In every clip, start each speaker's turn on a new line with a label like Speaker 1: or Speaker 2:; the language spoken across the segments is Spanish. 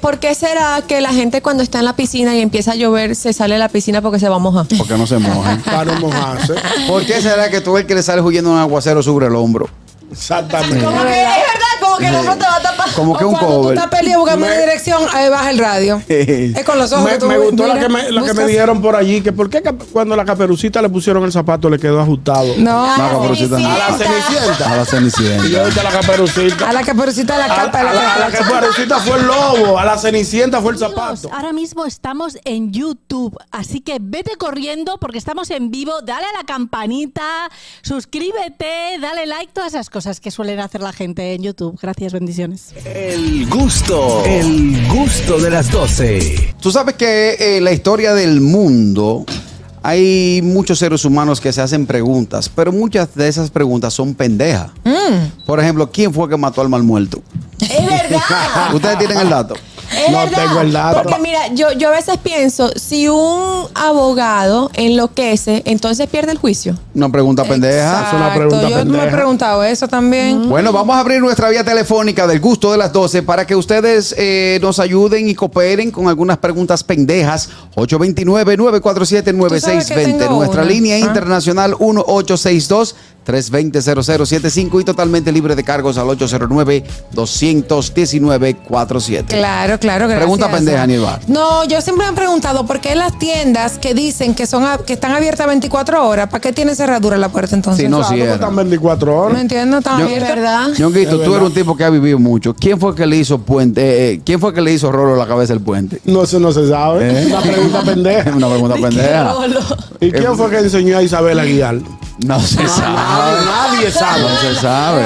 Speaker 1: ¿Por qué será que la gente cuando está en la piscina y empieza a llover se sale de la piscina porque se va a mojar?
Speaker 2: Porque no se mojan.
Speaker 3: Para no mojarse.
Speaker 2: ¿Por qué será que tú el que le sale huyendo un aguacero sobre el hombro?
Speaker 3: Exactamente.
Speaker 4: Como que es verdad, como que el hombro te va a tapar.
Speaker 2: Como que
Speaker 5: O
Speaker 2: un
Speaker 5: cuando tú
Speaker 2: cover.
Speaker 5: estás peleando buscando una dirección, ahí baja el radio. es con los ojos que
Speaker 3: Me,
Speaker 5: tú
Speaker 3: me gustó la
Speaker 5: miras,
Speaker 3: que me, la que me
Speaker 5: buscas-
Speaker 3: dijeron por allí, que por qué cap- cuando la caperucita le pusieron el zapato le quedó ajustado.
Speaker 5: No,
Speaker 2: No, Caperucita, no.
Speaker 3: A la cenicienta.
Speaker 2: A la
Speaker 3: Y yo
Speaker 2: cenicienta.
Speaker 3: dije a la caperucita.
Speaker 5: a la caperucita la
Speaker 3: A,
Speaker 5: capa
Speaker 3: a
Speaker 5: de la,
Speaker 3: la, a la
Speaker 5: caperucita.
Speaker 3: caperucita fue el lobo, a la cenicienta fue el
Speaker 4: Amigos,
Speaker 3: zapato.
Speaker 4: ahora mismo estamos en YouTube, así que vete corriendo porque estamos en vivo. Dale a la campanita, suscríbete, dale like, todas esas cosas que suelen hacer la gente en YouTube. Gracias, bendiciones.
Speaker 6: El gusto, el gusto de las 12.
Speaker 2: Tú sabes que eh, en la historia del mundo hay muchos seres humanos que se hacen preguntas, pero muchas de esas preguntas son pendejas.
Speaker 3: Mm.
Speaker 2: Por ejemplo, ¿quién fue que mató al mal muerto?
Speaker 1: Es verdad.
Speaker 2: Ustedes tienen el dato.
Speaker 1: Es
Speaker 3: No
Speaker 1: verdad,
Speaker 3: tengo el dato.
Speaker 1: Porque mira, yo, yo a veces pienso, si un abogado enloquece, entonces pierde el juicio.
Speaker 2: Una pregunta pendeja.
Speaker 3: es una pregunta
Speaker 5: Exacto, Yo me he
Speaker 3: pendeja.
Speaker 5: preguntado eso también.
Speaker 2: Bueno, vamos a abrir nuestra vía telefónica del gusto de las 12 para que ustedes eh, nos ayuden y cooperen con algunas preguntas pendejas. 829-947-9620.
Speaker 5: tengo
Speaker 2: Nuestra
Speaker 5: una?
Speaker 2: línea
Speaker 5: Ah.
Speaker 2: internacional 1862-320-0075 y totalmente libre de cargos al 809-219-47.
Speaker 5: Claro, claro, gracias.
Speaker 2: Pregunta pendeja, Aníbal.
Speaker 5: No, yo siempre me han preguntado por qué las tiendas que dicen que son a- que están abiertas 24 horas, ¿para qué tienen cerradura la puerta entonces?
Speaker 2: Sí, no,
Speaker 3: Claro,
Speaker 2: sí
Speaker 3: porque
Speaker 2: era.
Speaker 3: están 24
Speaker 5: No
Speaker 3: horas.
Speaker 5: entiendo también.
Speaker 1: Es verdad.
Speaker 2: Ñonguito,
Speaker 3: Es
Speaker 2: tú
Speaker 3: verdad.
Speaker 2: eres un tipo que ha vivido mucho. ¿Quién fue que le hizo puente? eh, eh, ¿Quién fue que le hizo Rolo la cabeza del puente?
Speaker 3: No, eso no se sabe.
Speaker 2: ¿Eh?
Speaker 3: Una pregunta pendeja.
Speaker 2: Una pregunta pendeja.
Speaker 3: ¿Y quién fue que enseñó a Isabel a guiar?
Speaker 2: No se sabe.
Speaker 3: Nadie sabe.
Speaker 2: No se sabe.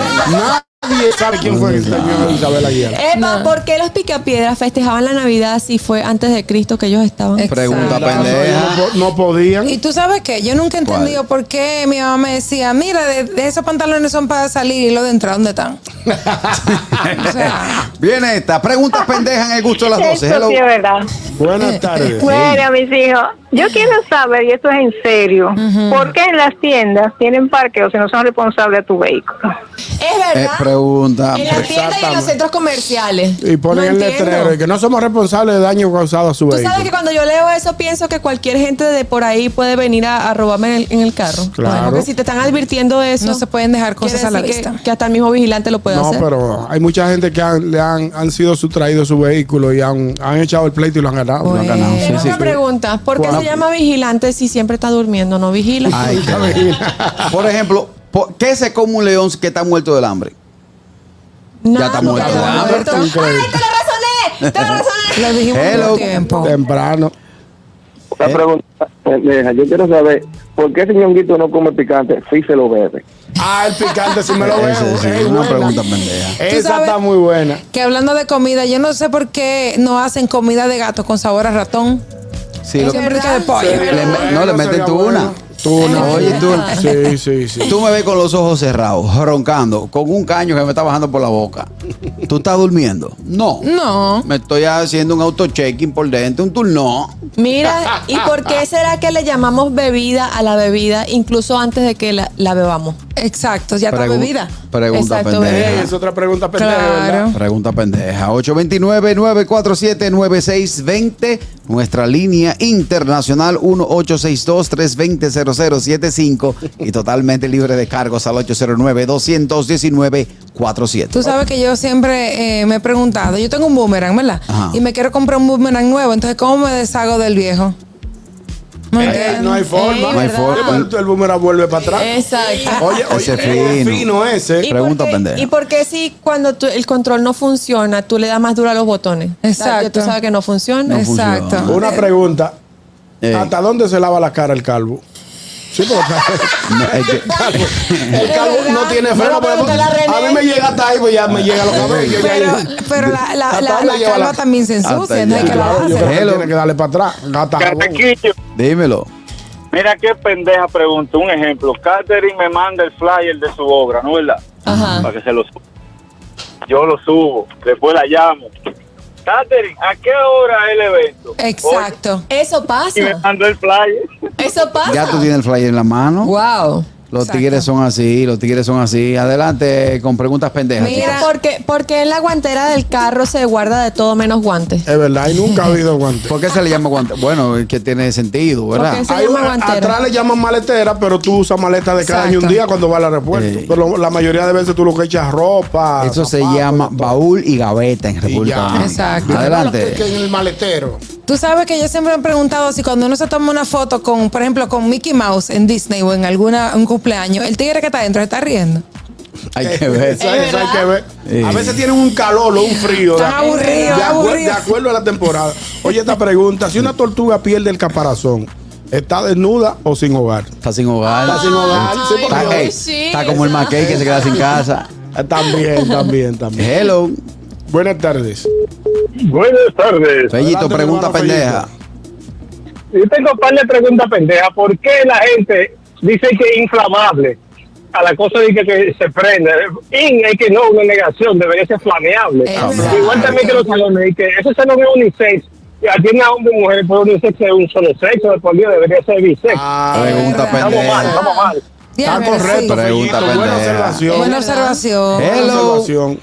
Speaker 3: Nadie sabe quién fue que enseñó a Isabel a guiar.
Speaker 1: Epa, ¿por qué los picapiedras festejaban la Navidad si fue antes de Cristo que ellos estaban?
Speaker 5: Exacto.
Speaker 2: Pregunta
Speaker 3: Claro,
Speaker 2: pendeja.
Speaker 3: No, po- no podían.
Speaker 5: Y tú sabes qué, yo nunca he
Speaker 2: ¿Cuál?
Speaker 5: entendido por qué mi mamá me decía, mira, de, de esos pantalones son para salir y los de entrar, ¿dónde están? o sea,
Speaker 2: Viene esta. Pregunta pendeja en el gusto de las 12.
Speaker 7: Esto
Speaker 2: Pues, Hello.
Speaker 7: sí es verdad.
Speaker 5: eh,
Speaker 3: Buenas tardes.
Speaker 7: Bueno, mis hijos, yo quiero saber, y esto es en serio, ¿por qué en las tiendas tienen parqueo si no son responsables de tu vehículo?
Speaker 1: Es verdad.
Speaker 2: Eh, pregunta.
Speaker 1: en las tiendas y en los
Speaker 3: Exactamente.
Speaker 1: centros comerciales.
Speaker 3: Y ponen
Speaker 1: No
Speaker 3: el
Speaker 1: entiendo.
Speaker 3: letrero de que no somos responsables de daño causado a su
Speaker 1: Tú sabes que
Speaker 3: vehículo.
Speaker 1: cuando yo leo eso pienso que cualquier gente de por ahí puede venir a, a robarme en el, en el carro.
Speaker 3: Claro.
Speaker 1: Porque si te están advirtiendo eso,
Speaker 5: no se pueden dejar
Speaker 1: quiere
Speaker 5: cosas a la
Speaker 1: decir
Speaker 5: vista.
Speaker 1: Que, que hasta el mismo vigilante lo puede
Speaker 3: No,
Speaker 1: hacer.
Speaker 3: pero hay mucha gente que han, le han, han sido sustraídos su vehículo y han, han echado el pleito y lo han ganado.
Speaker 2: No han ganado.
Speaker 1: Tengo
Speaker 2: Sí,
Speaker 1: una
Speaker 2: sí.
Speaker 1: pregunta. ¿Por qué
Speaker 2: Bueno.
Speaker 1: se llama vigilante si siempre está durmiendo? ¿No vigila?
Speaker 2: Ay, qué bueno. Por ejemplo, ¿por ¿qué se come un león que está muerto del hambre?
Speaker 1: Nada,
Speaker 2: ya está
Speaker 1: porque
Speaker 2: muerto.
Speaker 1: está
Speaker 2: Ah,
Speaker 1: muerto.
Speaker 3: pero está
Speaker 1: ¡Ay, te lo razoné! ¡Te lo razoné!
Speaker 5: Lo dijimos
Speaker 2: Hello.
Speaker 5: un tiempo.
Speaker 3: Temprano.
Speaker 8: Una
Speaker 2: ¿Eh?
Speaker 8: pregunta, pendeja. yo quiero saber, ¿por qué ese ñonguito no come picante? Sí se lo bebe.
Speaker 3: Ah, el picante, si me lo veo.
Speaker 2: Ese sí,
Speaker 3: Ey,
Speaker 2: una
Speaker 3: buena.
Speaker 2: pregunta pendeja.
Speaker 5: Tú
Speaker 3: Esa
Speaker 5: sabes-
Speaker 3: está muy buena.
Speaker 5: Que hablando de comida, yo no sé por qué no hacen comida de gato con sabor a ratón.
Speaker 2: Sí, lo-
Speaker 5: Siempre que de pollo.
Speaker 2: le me- no, le meten
Speaker 3: sería
Speaker 2: tuna.
Speaker 3: bueno. Tuna.
Speaker 2: Oye, tuna.
Speaker 3: Sí, sí, sí.
Speaker 2: Tú me ves con los ojos cerrados, roncando, con un caño que me está bajando por la boca. ¿Tú estás durmiendo? No.
Speaker 5: No.
Speaker 2: Me estoy haciendo un auto-checking por dentro, un turno.
Speaker 1: Mira, ¿y por qué será que le llamamos bebida a la bebida incluso antes de que la, la bebamos?
Speaker 5: Exacto, ya está
Speaker 2: Pregu-
Speaker 5: bebida.
Speaker 2: Pregunta
Speaker 1: Exacto,
Speaker 2: pendeja.
Speaker 3: Ey, es otra pregunta pendeja,
Speaker 5: Claro.
Speaker 3: ¿verdad?
Speaker 2: Pregunta pendeja. 829-947-9620. Nuestra línea internacional 1862-320-0075. Y totalmente libre de cargos al 809-219-47.
Speaker 5: Tú sabes que yo siempre eh, me he preguntado, yo tengo un boomerang, ¿verdad?
Speaker 2: Ajá.
Speaker 5: Y me quiero comprar un boomerang nuevo, entonces ¿cómo me deshago del viejo? No
Speaker 3: Ey, Eh,
Speaker 5: entiendo.
Speaker 3: no hay forma.
Speaker 2: No hay forma.
Speaker 3: Pero El boomerang vuelve para atrás.
Speaker 1: Exacto.
Speaker 3: Oye, oye,
Speaker 2: Ese
Speaker 3: ey,
Speaker 2: fino.
Speaker 3: fino ese.
Speaker 1: Eh, ¿Y
Speaker 2: pregunta
Speaker 1: por qué-
Speaker 2: pendeja.
Speaker 1: ¿Y por qué si cuando tú- el control no funciona, tú le das más duro a los botones?
Speaker 5: Exacto.
Speaker 1: O sea, Tú sabes que no funciona.
Speaker 2: No funciona.
Speaker 5: Exacto.
Speaker 3: Una pregunta.
Speaker 2: Eh,
Speaker 3: ¿Hasta dónde se lava la cara el calvo? Sí, porque
Speaker 2: no, es que-
Speaker 3: el calvo no tiene freno. pero a mí me llega hasta ahí, pues ya me llega a los cabellos. yo ya
Speaker 5: Pero,
Speaker 3: ahí-
Speaker 5: pero la, la,
Speaker 3: Hasta
Speaker 5: la-
Speaker 3: dónde
Speaker 5: la
Speaker 3: lleva
Speaker 5: calva
Speaker 3: la-
Speaker 5: también se
Speaker 2: Hasta
Speaker 5: ensucia, no hay
Speaker 2: allá.
Speaker 5: que
Speaker 3: Claro, yo creo
Speaker 5: lavarse.
Speaker 3: que
Speaker 2: Hello.
Speaker 3: tiene que darle para atrás. Gata jabón.
Speaker 9: Carraquillo,
Speaker 2: dímelo.
Speaker 9: mira qué pendeja pregunta. Un ejemplo, Catherine me manda el flyer de su obra, ¿no verdad?
Speaker 1: Ajá.
Speaker 9: Para que se lo suba. Yo lo subo, después la llamo. Catherine, ¿a qué hora es el evento?
Speaker 5: Exacto.
Speaker 1: Eso
Speaker 9: Oye, Y me
Speaker 1: pasa.
Speaker 9: mandó el flyer.
Speaker 1: Eso pasa.
Speaker 2: Ya tú tienes el flyer en la mano.
Speaker 1: Wow.
Speaker 2: Los
Speaker 5: Exacto.
Speaker 2: tigres son así, los tigres son así. Adelante con preguntas pendejas.
Speaker 5: Mira,
Speaker 1: Mira, porque, porque en la guantera del carro se guarda de todo menos guantes.
Speaker 3: Es verdad, y nunca ha habido guante.
Speaker 2: ¿Por qué se le llama guante? Bueno, es que tiene sentido, ¿verdad?
Speaker 1: Porque se
Speaker 3: Hay
Speaker 1: llama
Speaker 3: una-
Speaker 1: guantera.
Speaker 3: atrás le llaman maletera, pero tú usas maleta de cada año un
Speaker 5: Exacto.
Speaker 3: día cuando vas al aeropuerto.
Speaker 2: Sí.
Speaker 3: Pero la mayoría de veces tú lo que echas es ropa.
Speaker 2: Eh. Eso se
Speaker 3: zapatos,
Speaker 2: llama
Speaker 3: todo.
Speaker 2: baúl y gaveta en República
Speaker 3: pues, ya.
Speaker 2: Dominicana.
Speaker 5: Exacto.
Speaker 3: Que, que
Speaker 2: Adelante.
Speaker 3: en el maletero.
Speaker 5: Tú sabes que yo siempre me he preguntado si cuando uno se toma una foto con, por ejemplo, con Mickey Mouse en Disney o en alguna un cumpleaños, el tigre que está adentro está riendo.
Speaker 2: Hay que ver.
Speaker 3: Eso- eso hay que ver.
Speaker 2: Sí.
Speaker 3: A veces tienen un calor o un frío.
Speaker 5: Están
Speaker 3: de-
Speaker 5: aburridos,
Speaker 3: de, acuer-
Speaker 5: aburridos.
Speaker 3: de acuerdo a la temporada. Oye, esta pregunta: si una tortuga pierde el caparazón, ¿está desnuda o sin hogar?
Speaker 2: Está sin hogar.
Speaker 3: Está sin hogar. Sí, porque-
Speaker 2: Está, ey, está como el maquey que se queda sin casa.
Speaker 3: También, también, también.
Speaker 2: Hello.
Speaker 3: Buenas tardes.
Speaker 9: Buenas tardes.
Speaker 2: Fellito,
Speaker 3: Adelante,
Speaker 2: pregunta
Speaker 3: mi hermano
Speaker 2: pendeja.
Speaker 9: Yo tengo un par de preguntas pendejas. ¿Por qué la gente dice que es inflamable? A la cosa de que, que se prende. In es que no, una negación, debería ser flameable.
Speaker 1: Eh,
Speaker 2: Ah,
Speaker 5: Exacto.
Speaker 9: Igual también que los salones, y que eso se lo ve unisex. Y Atiende a hombres y mujeres por unisex es un solo sexo, de por Dios debería ser bisex.
Speaker 3: Ah.
Speaker 2: Pregunta
Speaker 5: verdad.
Speaker 9: estamos mal,
Speaker 2: pendeja.
Speaker 9: estamos mal.
Speaker 5: Ya,
Speaker 3: Está
Speaker 5: pero
Speaker 3: correcto,
Speaker 5: sí.
Speaker 2: Eh, Pregunta
Speaker 3: Fellito. Buena
Speaker 2: pendeja.
Speaker 3: observación.
Speaker 5: Buena observación.
Speaker 2: Eh.
Speaker 3: Buena
Speaker 2: Hello.
Speaker 3: observación.
Speaker 9: Eh,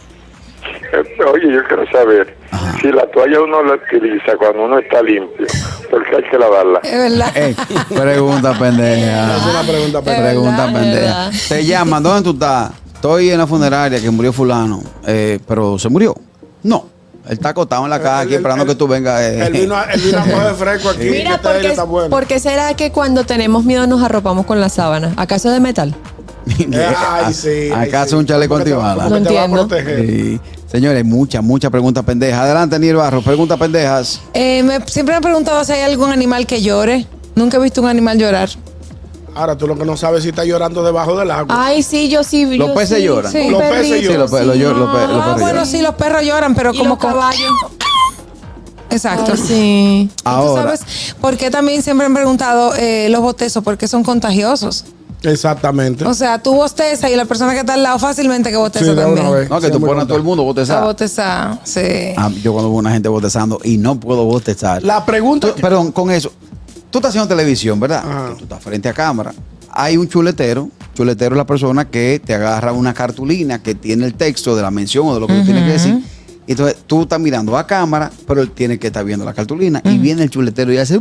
Speaker 9: Oye, yo quiero saber si la toalla uno la utiliza cuando uno está limpio, porque hay que lavarla.
Speaker 5: Es verdad.
Speaker 2: Ey, Eh, pregunta
Speaker 3: Es
Speaker 2: pendeja.
Speaker 3: una pregunta pendeja.
Speaker 2: Pregunta
Speaker 1: verdad, es
Speaker 2: pendeja.
Speaker 1: verdad.
Speaker 2: Te llaman, ¿dónde tú estás? Estoy en la funeraria que murió fulano. Eh, pero se murió. No. Él está acostado en la caja aquí
Speaker 3: Eh, El-
Speaker 2: esperando
Speaker 3: el-
Speaker 2: que tú vengas. eh.
Speaker 3: El vino, el vino a coger fresco aquí.
Speaker 2: este
Speaker 3: que
Speaker 1: Mira,
Speaker 3: está
Speaker 1: porque,
Speaker 3: está bueno.
Speaker 1: porque será que cuando tenemos miedo nos arropamos con la sábana. ¿Acaso es de metal?
Speaker 3: Eh, ay, sí. ay,
Speaker 2: Ah, Acá hace
Speaker 3: sí.
Speaker 2: un chaleco
Speaker 3: Porque te va-
Speaker 2: antibala.
Speaker 3: porque
Speaker 1: No
Speaker 3: te va a
Speaker 1: entiendo.
Speaker 3: proteger.
Speaker 2: Sí. Señores, muchas, muchas preguntas pendejas. Adelante, Niel Barros, preguntas pendejas.
Speaker 5: Eh, me- siempre me he preguntado si hay algún animal que llore. Nunca he visto un animal llorar.
Speaker 3: Ahora tú lo que no sabes es si está llorando debajo del agua.
Speaker 1: Ay, sí, yo sí.
Speaker 2: Los
Speaker 1: yo
Speaker 2: peces
Speaker 1: sí,
Speaker 2: lloran.
Speaker 1: sí.
Speaker 3: Los peces
Speaker 1: Perritos,
Speaker 3: lloran.
Speaker 2: Sí, los pe- los llor- los pe- los
Speaker 5: Ah,
Speaker 2: perritos.
Speaker 5: bueno, sí, los perros lloran, pero
Speaker 1: Y
Speaker 5: como
Speaker 1: los caballos.
Speaker 5: Exacto.
Speaker 1: Ay, sí.
Speaker 2: Ahora.
Speaker 5: ¿Tú sabes por qué también siempre me han preguntado eh, los bostezos? ¿Por qué son contagiosos?
Speaker 3: Exactamente.
Speaker 5: O sea, tú bostezas y la persona que está al lado fácilmente que bosteza
Speaker 3: Sí, de una
Speaker 5: también.
Speaker 3: vez.
Speaker 2: No, que
Speaker 3: Sí,
Speaker 2: tú
Speaker 3: muy
Speaker 2: pones a todo el mundo
Speaker 5: A
Speaker 2: botezar.
Speaker 5: bostezar, sí.
Speaker 2: Ah, yo cuando veo una gente botezando y no puedo botezar.
Speaker 3: La pregunta.
Speaker 2: Tú- perdón, con eso. Tú estás haciendo televisión, ¿verdad?
Speaker 3: Ajá.
Speaker 2: Que tú estás frente a cámara. Hay un chuletero. Chuletero es la persona que te agarra una cartulina que tiene el texto de la mención o de lo que tú tienes que decir. Entonces tú estás mirando a cámara, pero él tiene que estar viendo la cartulina. Y viene el chuletero y hace.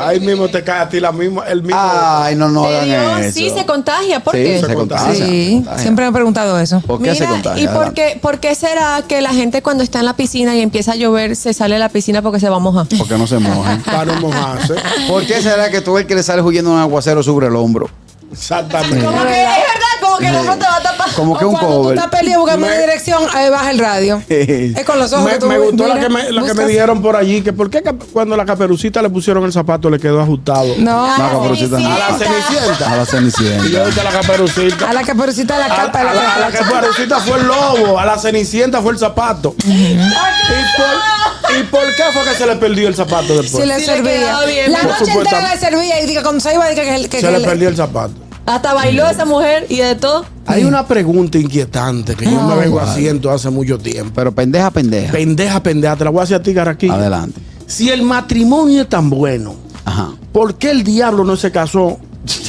Speaker 3: ahí mismo te cae a ti la misma, el mismo.
Speaker 5: Ah.
Speaker 2: Ay, no, no hagan eso.
Speaker 1: sí, se contagia. ¿Por
Speaker 2: Sí,
Speaker 1: qué?
Speaker 2: se contagia. se
Speaker 5: sí,
Speaker 2: contagia.
Speaker 5: siempre me han preguntado eso.
Speaker 2: ¿Por qué se contagia?
Speaker 1: ¿Y por
Speaker 2: Adelante.
Speaker 1: qué, por qué será que la gente cuando está en la piscina y empieza a llover se sale de la piscina porque se va a mojar?
Speaker 2: Porque no se mojan.
Speaker 3: Para no mojarse.
Speaker 2: ¿Por qué será que tú el que le sales huyendo un aguacero sobre el hombro?
Speaker 3: Exactamente.
Speaker 1: Como que es verdad, como que el hombro te va a tapar.
Speaker 2: Como que
Speaker 5: O
Speaker 2: un
Speaker 5: cuando tú
Speaker 2: cover.
Speaker 5: estás peleando buscando una dirección, ahí baja el radio. es con los ojos
Speaker 3: Me,
Speaker 5: que tú
Speaker 3: me gustó la
Speaker 5: miras,
Speaker 3: que me, la que me
Speaker 5: buscas.
Speaker 3: dijeron por allí, que por qué cap- cuando la caperucita le pusieron el zapato le quedó ajustado.
Speaker 5: No,
Speaker 2: No, Caperucita, no.
Speaker 3: A la
Speaker 2: A
Speaker 3: cenicienta.
Speaker 2: la
Speaker 3: Y yo
Speaker 2: cenicienta.
Speaker 3: dije a la caperucita.
Speaker 5: a la caperucita de la
Speaker 3: A,
Speaker 5: capa de
Speaker 3: a
Speaker 5: la,
Speaker 3: la, a la caperucita fue el lobo, a la cenicienta fue el zapato. ¿Y, por, ¿Y por qué fue que se le perdió el zapato después?
Speaker 5: Si le
Speaker 1: Sí le
Speaker 5: servía.
Speaker 1: quedaba bien.
Speaker 5: la
Speaker 1: Por
Speaker 5: noche
Speaker 3: supuesto.
Speaker 5: entera le servía y dije, cuando se iba, dije que, que,
Speaker 3: se
Speaker 5: que-
Speaker 3: le perdió el zapato.
Speaker 1: Hasta bailó esa mujer y de todo.
Speaker 3: Hay una pregunta inquietante que yo me vengo haciendo hace mucho tiempo.
Speaker 2: Pero pendeja, pendeja.
Speaker 3: Pendeja, pendeja, te la voy a hacer a ti, Garaquillo.
Speaker 2: Adelante.
Speaker 3: Si el matrimonio es tan bueno,
Speaker 2: Ajá.
Speaker 3: ¿por qué el diablo no se casó?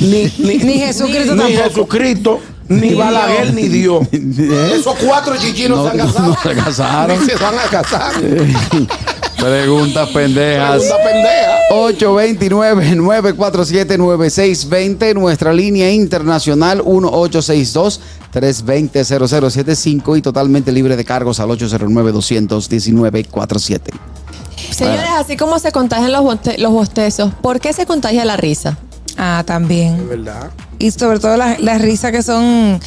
Speaker 3: Ni, ni,
Speaker 5: Ni Jesucristo
Speaker 3: ni
Speaker 5: tampoco.
Speaker 3: Jesucristo, ni Balaguer, ni Dios. Esos cuatro
Speaker 2: No,
Speaker 3: chichinos se han
Speaker 2: no
Speaker 3: casado.
Speaker 2: se casaron.
Speaker 3: Ni se van a casar.
Speaker 2: Preguntas pendejas.
Speaker 3: Pregunta pendeja.
Speaker 2: 829-947-9620. Nuestra línea internacional 1862-320-0075 y totalmente libre de cargos al 809-219-47.
Speaker 1: Señores, así como se contagian los, boste- los bostezos, ¿por qué se contagia la risa?
Speaker 5: Ah, también.
Speaker 3: ¿Verdad?
Speaker 5: Y sobre todo las las risas que son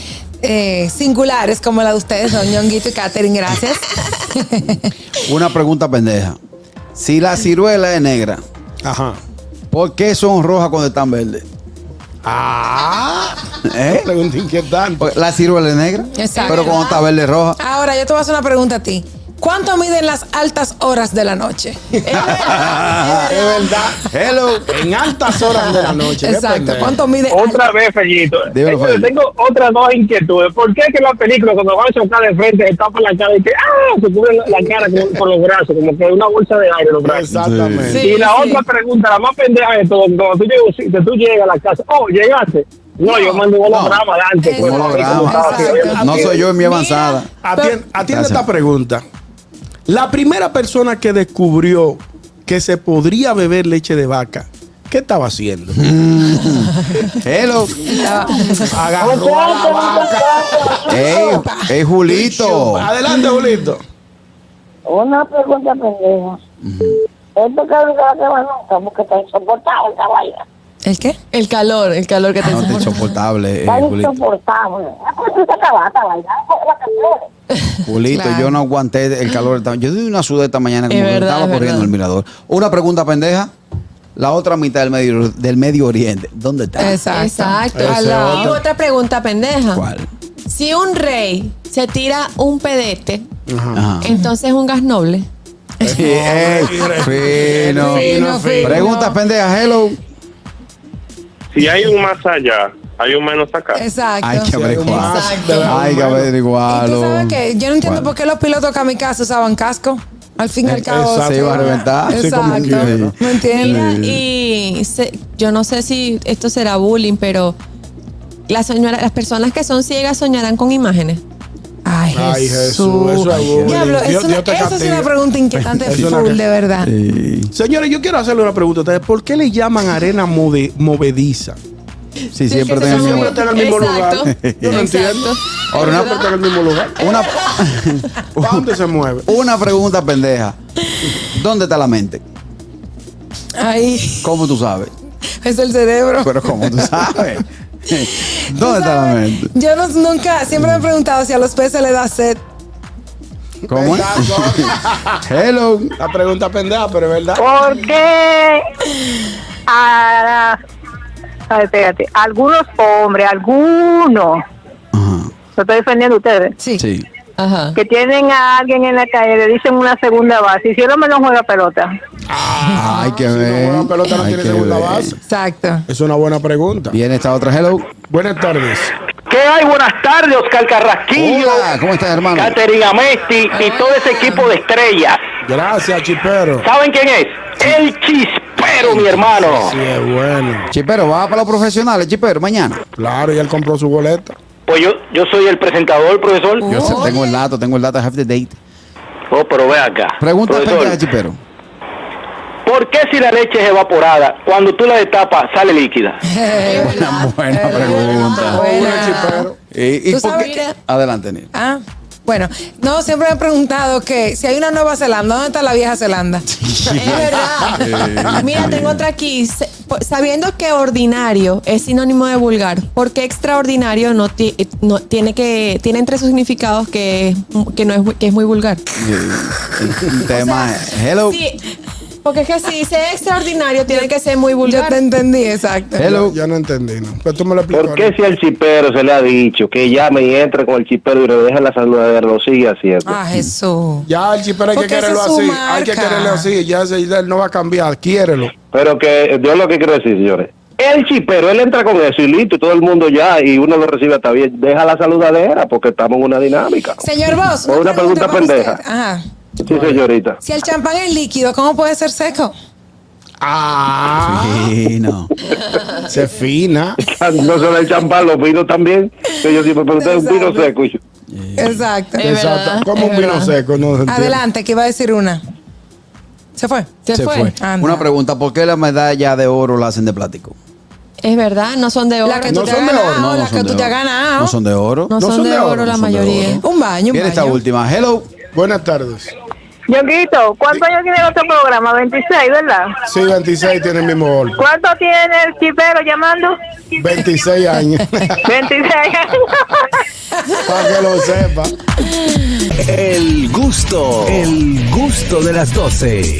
Speaker 5: eh, singulares, como la de ustedes, don Ñonguito y Katherine, gracias.
Speaker 2: Una pregunta pendeja. Si la ciruela es negra,
Speaker 3: Ajá.
Speaker 2: ¿por qué son rojas cuando están verdes?
Speaker 3: Ah.
Speaker 2: ¿Eh?
Speaker 3: Pregunta inquietante.
Speaker 2: Porque La ciruela es negra,
Speaker 5: Exacto.
Speaker 2: pero cuando está verde es roja.
Speaker 5: Ahora, yo te voy a hacer una pregunta a ti. ¿Cuánto miden las altas horas de la noche?
Speaker 1: Ah.
Speaker 3: Es verdad.
Speaker 2: Hello.
Speaker 3: En altas horas de la noche. qué
Speaker 5: Exacto.
Speaker 3: pendejo.
Speaker 5: ¿Cuánto mide?
Speaker 9: Otra vez, Fellito.
Speaker 2: Dímelo,
Speaker 9: Entonces,
Speaker 2: Fellito.
Speaker 9: tengo otras dos inquietudes. ¿Por qué es que en la película cuando van a chocar de frente se tapan la cara y que ¡ah! se cubren la la cara con, con los brazos, como que una bolsa de aire los brazos?
Speaker 3: Exactamente.
Speaker 5: Sí.
Speaker 9: y la otra pregunta, la más pendeja de todo, cuando tú, llegas- si tú llegas a la casa, oh, llegaste. No, yo mandé un holograma adelante.
Speaker 5: Exacto.
Speaker 9: pues, así como
Speaker 2: Holograma.
Speaker 9: estaba, así,
Speaker 5: Exacto.
Speaker 2: No soy yo en mi avanzada.
Speaker 3: Atien- atiende
Speaker 2: Gracias.
Speaker 3: esta pregunta. La primera persona que descubrió que se podría beber leche de vaca, ¿qué estaba haciendo?
Speaker 2: Hello.
Speaker 3: Agarró a la vaca.
Speaker 2: Hey, hey Julito.
Speaker 3: Adelante, Julito.
Speaker 10: Una pregunta pendeja. Esto que nunca la va nunca, porque está insoportable esta vaina.
Speaker 5: ¿El qué?
Speaker 1: El calor, el calor que te
Speaker 2: Ah, No, está
Speaker 1: insoporta.
Speaker 2: insoportable, eh,
Speaker 10: Está
Speaker 2: Julito.
Speaker 10: insoportable. Ah, pues tú te acabas esta vaina. Ah, vacaciones.
Speaker 2: Julito,
Speaker 5: Claro.
Speaker 2: yo no aguanté el calor. tan- Yo di una sudada esta mañana como
Speaker 1: Es
Speaker 2: que
Speaker 1: verdad,
Speaker 2: estaba
Speaker 1: es
Speaker 2: corriendo
Speaker 1: verdad.
Speaker 2: el mirador. Una pregunta pendeja. La otra mitad del Medio, del medio Oriente, ¿dónde está?
Speaker 5: Exacto.
Speaker 1: Exacto.
Speaker 3: Ese
Speaker 1: Y
Speaker 3: otro.
Speaker 1: otra pregunta pendeja.
Speaker 2: ¿Cuál?
Speaker 1: Si un rey se tira un pedete,
Speaker 2: Ajá.
Speaker 1: entonces es un gas noble.
Speaker 2: Sí, ey, fino.
Speaker 5: Fino, fino.
Speaker 2: Preguntas pendejas, hello.
Speaker 9: Si hay un más allá, hay un menos acá.
Speaker 5: Exacto.
Speaker 2: Hay que averiguar.
Speaker 1: Exacto.
Speaker 2: Hay que
Speaker 5: ¿Y tú
Speaker 2: averiguarlo.
Speaker 5: sabes qué? Yo no entiendo
Speaker 2: Bueno.
Speaker 5: por qué los pilotos kamikaze usaban casco. Al fin y al cabo.
Speaker 3: Exacto.
Speaker 2: Se iba a reventar.
Speaker 3: Sí, como
Speaker 5: Exacto.
Speaker 2: quiera.
Speaker 5: No entiendo.
Speaker 1: Mira, y se- yo no sé si esto será bullying, pero las, señora- las personas que son ciegas soñarán con imágenes.
Speaker 5: Ay, Jesús.
Speaker 3: Ay, Jesús, eso es bullying.
Speaker 5: Diablo,
Speaker 3: Dios-
Speaker 5: es una-
Speaker 3: Dios te
Speaker 5: eso es
Speaker 3: castiga.
Speaker 5: una pregunta inquietante
Speaker 3: Es una-
Speaker 5: full, de verdad.
Speaker 2: Sí,
Speaker 3: Señores, yo quiero hacerle una pregunta a ustedes. ¿Por qué le llaman arena mode- movediza?
Speaker 2: sí, siempre
Speaker 1: que
Speaker 2: tengo el
Speaker 1: se
Speaker 2: mismo.
Speaker 3: Siempre está en el mismo
Speaker 1: Exacto.
Speaker 3: lugar. Yo no
Speaker 1: Exacto.
Speaker 3: entiendo.
Speaker 2: Ahora,
Speaker 3: Ahora
Speaker 2: una-
Speaker 3: no está en el mismo lugar.
Speaker 2: Una,
Speaker 3: ¿Para dónde se mueve?
Speaker 2: una pregunta pendeja. ¿Dónde está la mente?
Speaker 5: Ay,
Speaker 2: ¿Cómo tú sabes?
Speaker 5: es el cerebro.
Speaker 2: Pero ¿cómo tú sabes?
Speaker 5: Tú
Speaker 2: ¿Dónde está la
Speaker 5: sabes,
Speaker 2: mente?
Speaker 5: Yo no- nunca, siempre me he preguntado si a los peces le da sed.
Speaker 2: ¿Cómo es? Hello.
Speaker 3: La pregunta pendeja, pero es verdad.
Speaker 7: ¿Por qué a, a- espérate, algunos hombres, algunos,
Speaker 2: Ajá,
Speaker 7: lo estoy defendiendo a ustedes,
Speaker 2: Sí.
Speaker 1: Ajá.
Speaker 7: que tienen a alguien en la calle, le dicen una segunda base, y si el hombre no juega pelota,
Speaker 2: Hay que
Speaker 3: Si no
Speaker 2: ver.
Speaker 3: juega pelota, no
Speaker 2: hay
Speaker 3: tiene
Speaker 2: que
Speaker 3: segunda
Speaker 2: ver.
Speaker 3: base.
Speaker 5: Exacto.
Speaker 3: Es una buena pregunta.
Speaker 2: Viene esta otra. Hello.
Speaker 3: Buenas tardes.
Speaker 9: ¿Qué hay? Buenas tardes, Oscar Carrasquillo,
Speaker 2: Hola, ¿cómo estás, hermano?
Speaker 9: Caterina Mesti y todo ese equipo de estrellas.
Speaker 3: Gracias, Chipero.
Speaker 9: ¿Saben quién es? El Chispero, mi hermano.
Speaker 3: Sí, es bueno.
Speaker 2: Chipero, va para los profesionales, Chipero, mañana.
Speaker 3: Claro, y él compró su boleta.
Speaker 9: Pues yo, yo soy el presentador, profesor.
Speaker 2: Yo sé- tengo el dato, tengo el dato, I have the date.
Speaker 9: Oh, pero ve acá.
Speaker 2: Pregunta pendeja,
Speaker 9: profesor,
Speaker 2: Chipero.
Speaker 9: ¿por qué si la leche es evaporada, cuando tú la destapas, sale líquida?
Speaker 2: Buena, buena pregunta.
Speaker 5: Buena.
Speaker 2: Eh, ¿Y, y
Speaker 5: Tú
Speaker 2: por
Speaker 5: sabes
Speaker 2: qué?
Speaker 5: que-
Speaker 2: Adelante, Neil.
Speaker 5: Ah, bueno, no, siempre me he preguntado que si hay una Nueva Zelanda, ¿dónde está la vieja Zelanda?
Speaker 1: Es verdad. Mira, tengo otra aquí. Se- po- Sabiendo que ordinario es sinónimo de vulgar, ¿por qué extraordinario no, ti- no tiene que tiene entre sus significados que, es mu- que no es vu- que es muy vulgar?
Speaker 2: Sí. Un tema. Hello.
Speaker 1: Sí, porque es que si dice extraordinario tiene que ser muy
Speaker 5: Yo
Speaker 1: vulgar.
Speaker 5: te entendí, exacto.
Speaker 2: Hello.
Speaker 3: Yo no entendí, ¿no? Pero tú me lo explicas.
Speaker 9: ¿Por qué si al chipero se le ha dicho que llame y entre con el chipero y le deja la saludadera, lo sigue haciendo?
Speaker 5: Ah, Jesús.
Speaker 3: Ya el chipero hay que
Speaker 5: Porque esa
Speaker 3: quererlo
Speaker 5: es su
Speaker 3: así. Hay que
Speaker 5: marca.
Speaker 3: quererlo así. Ya ese él no va a cambiar. Quiérelo.
Speaker 9: Pero que yo lo que quiero decir, señores. El chipero, él entra con eso y listo, y todo el mundo ya, y uno lo recibe hasta bien. Deja la saludadera porque estamos en una dinámica.
Speaker 5: Señor Vos,
Speaker 9: Una pregunta
Speaker 5: para usted.
Speaker 9: pendeja.
Speaker 5: Ajá.
Speaker 9: Sí, señorita.
Speaker 5: Si el champán es líquido, ¿cómo puede ser seco?
Speaker 3: Ah,
Speaker 2: Sí, no.
Speaker 3: se fina.
Speaker 9: No solo el champán, los vinos también. Que yo siempre pregunté un vino
Speaker 5: Exacto.
Speaker 9: seco. y yo,
Speaker 5: Exacto.
Speaker 3: eh,
Speaker 1: Es verdad,
Speaker 3: Exacto. Como
Speaker 1: es
Speaker 3: un vino
Speaker 1: verdad.
Speaker 3: seco. No se entiende.
Speaker 5: Adelante, que iba a decir una. ¿Se fue?
Speaker 1: Se, fue.
Speaker 5: Anda.
Speaker 2: Una pregunta, ¿por qué la medalla de oro la hacen de plástico?
Speaker 1: Es verdad, no son de oro.
Speaker 5: La que
Speaker 3: No
Speaker 5: tú te
Speaker 3: son
Speaker 5: has
Speaker 3: de
Speaker 5: ganado,
Speaker 3: oro,
Speaker 2: no, no
Speaker 5: la
Speaker 2: son
Speaker 5: que
Speaker 2: de
Speaker 5: tú te has
Speaker 2: oro.
Speaker 5: ganado.
Speaker 2: No son de oro.
Speaker 1: no, son de oro la
Speaker 2: no son de
Speaker 1: mayoría.
Speaker 2: oro.
Speaker 5: Un baño, un
Speaker 2: Viene esta
Speaker 5: baño.
Speaker 2: última. Hello.
Speaker 3: Buenas tardes.
Speaker 7: Yonguito, ¿cuántos años tiene el otro programa? 26, ¿verdad?
Speaker 3: Sí, 26 tiene el mismo golpe.
Speaker 7: ¿Cuánto tiene el chipero llamando?
Speaker 3: 26 años.
Speaker 7: 26 años.
Speaker 3: Para que lo sepa.
Speaker 6: El gusto, el gusto de las 12.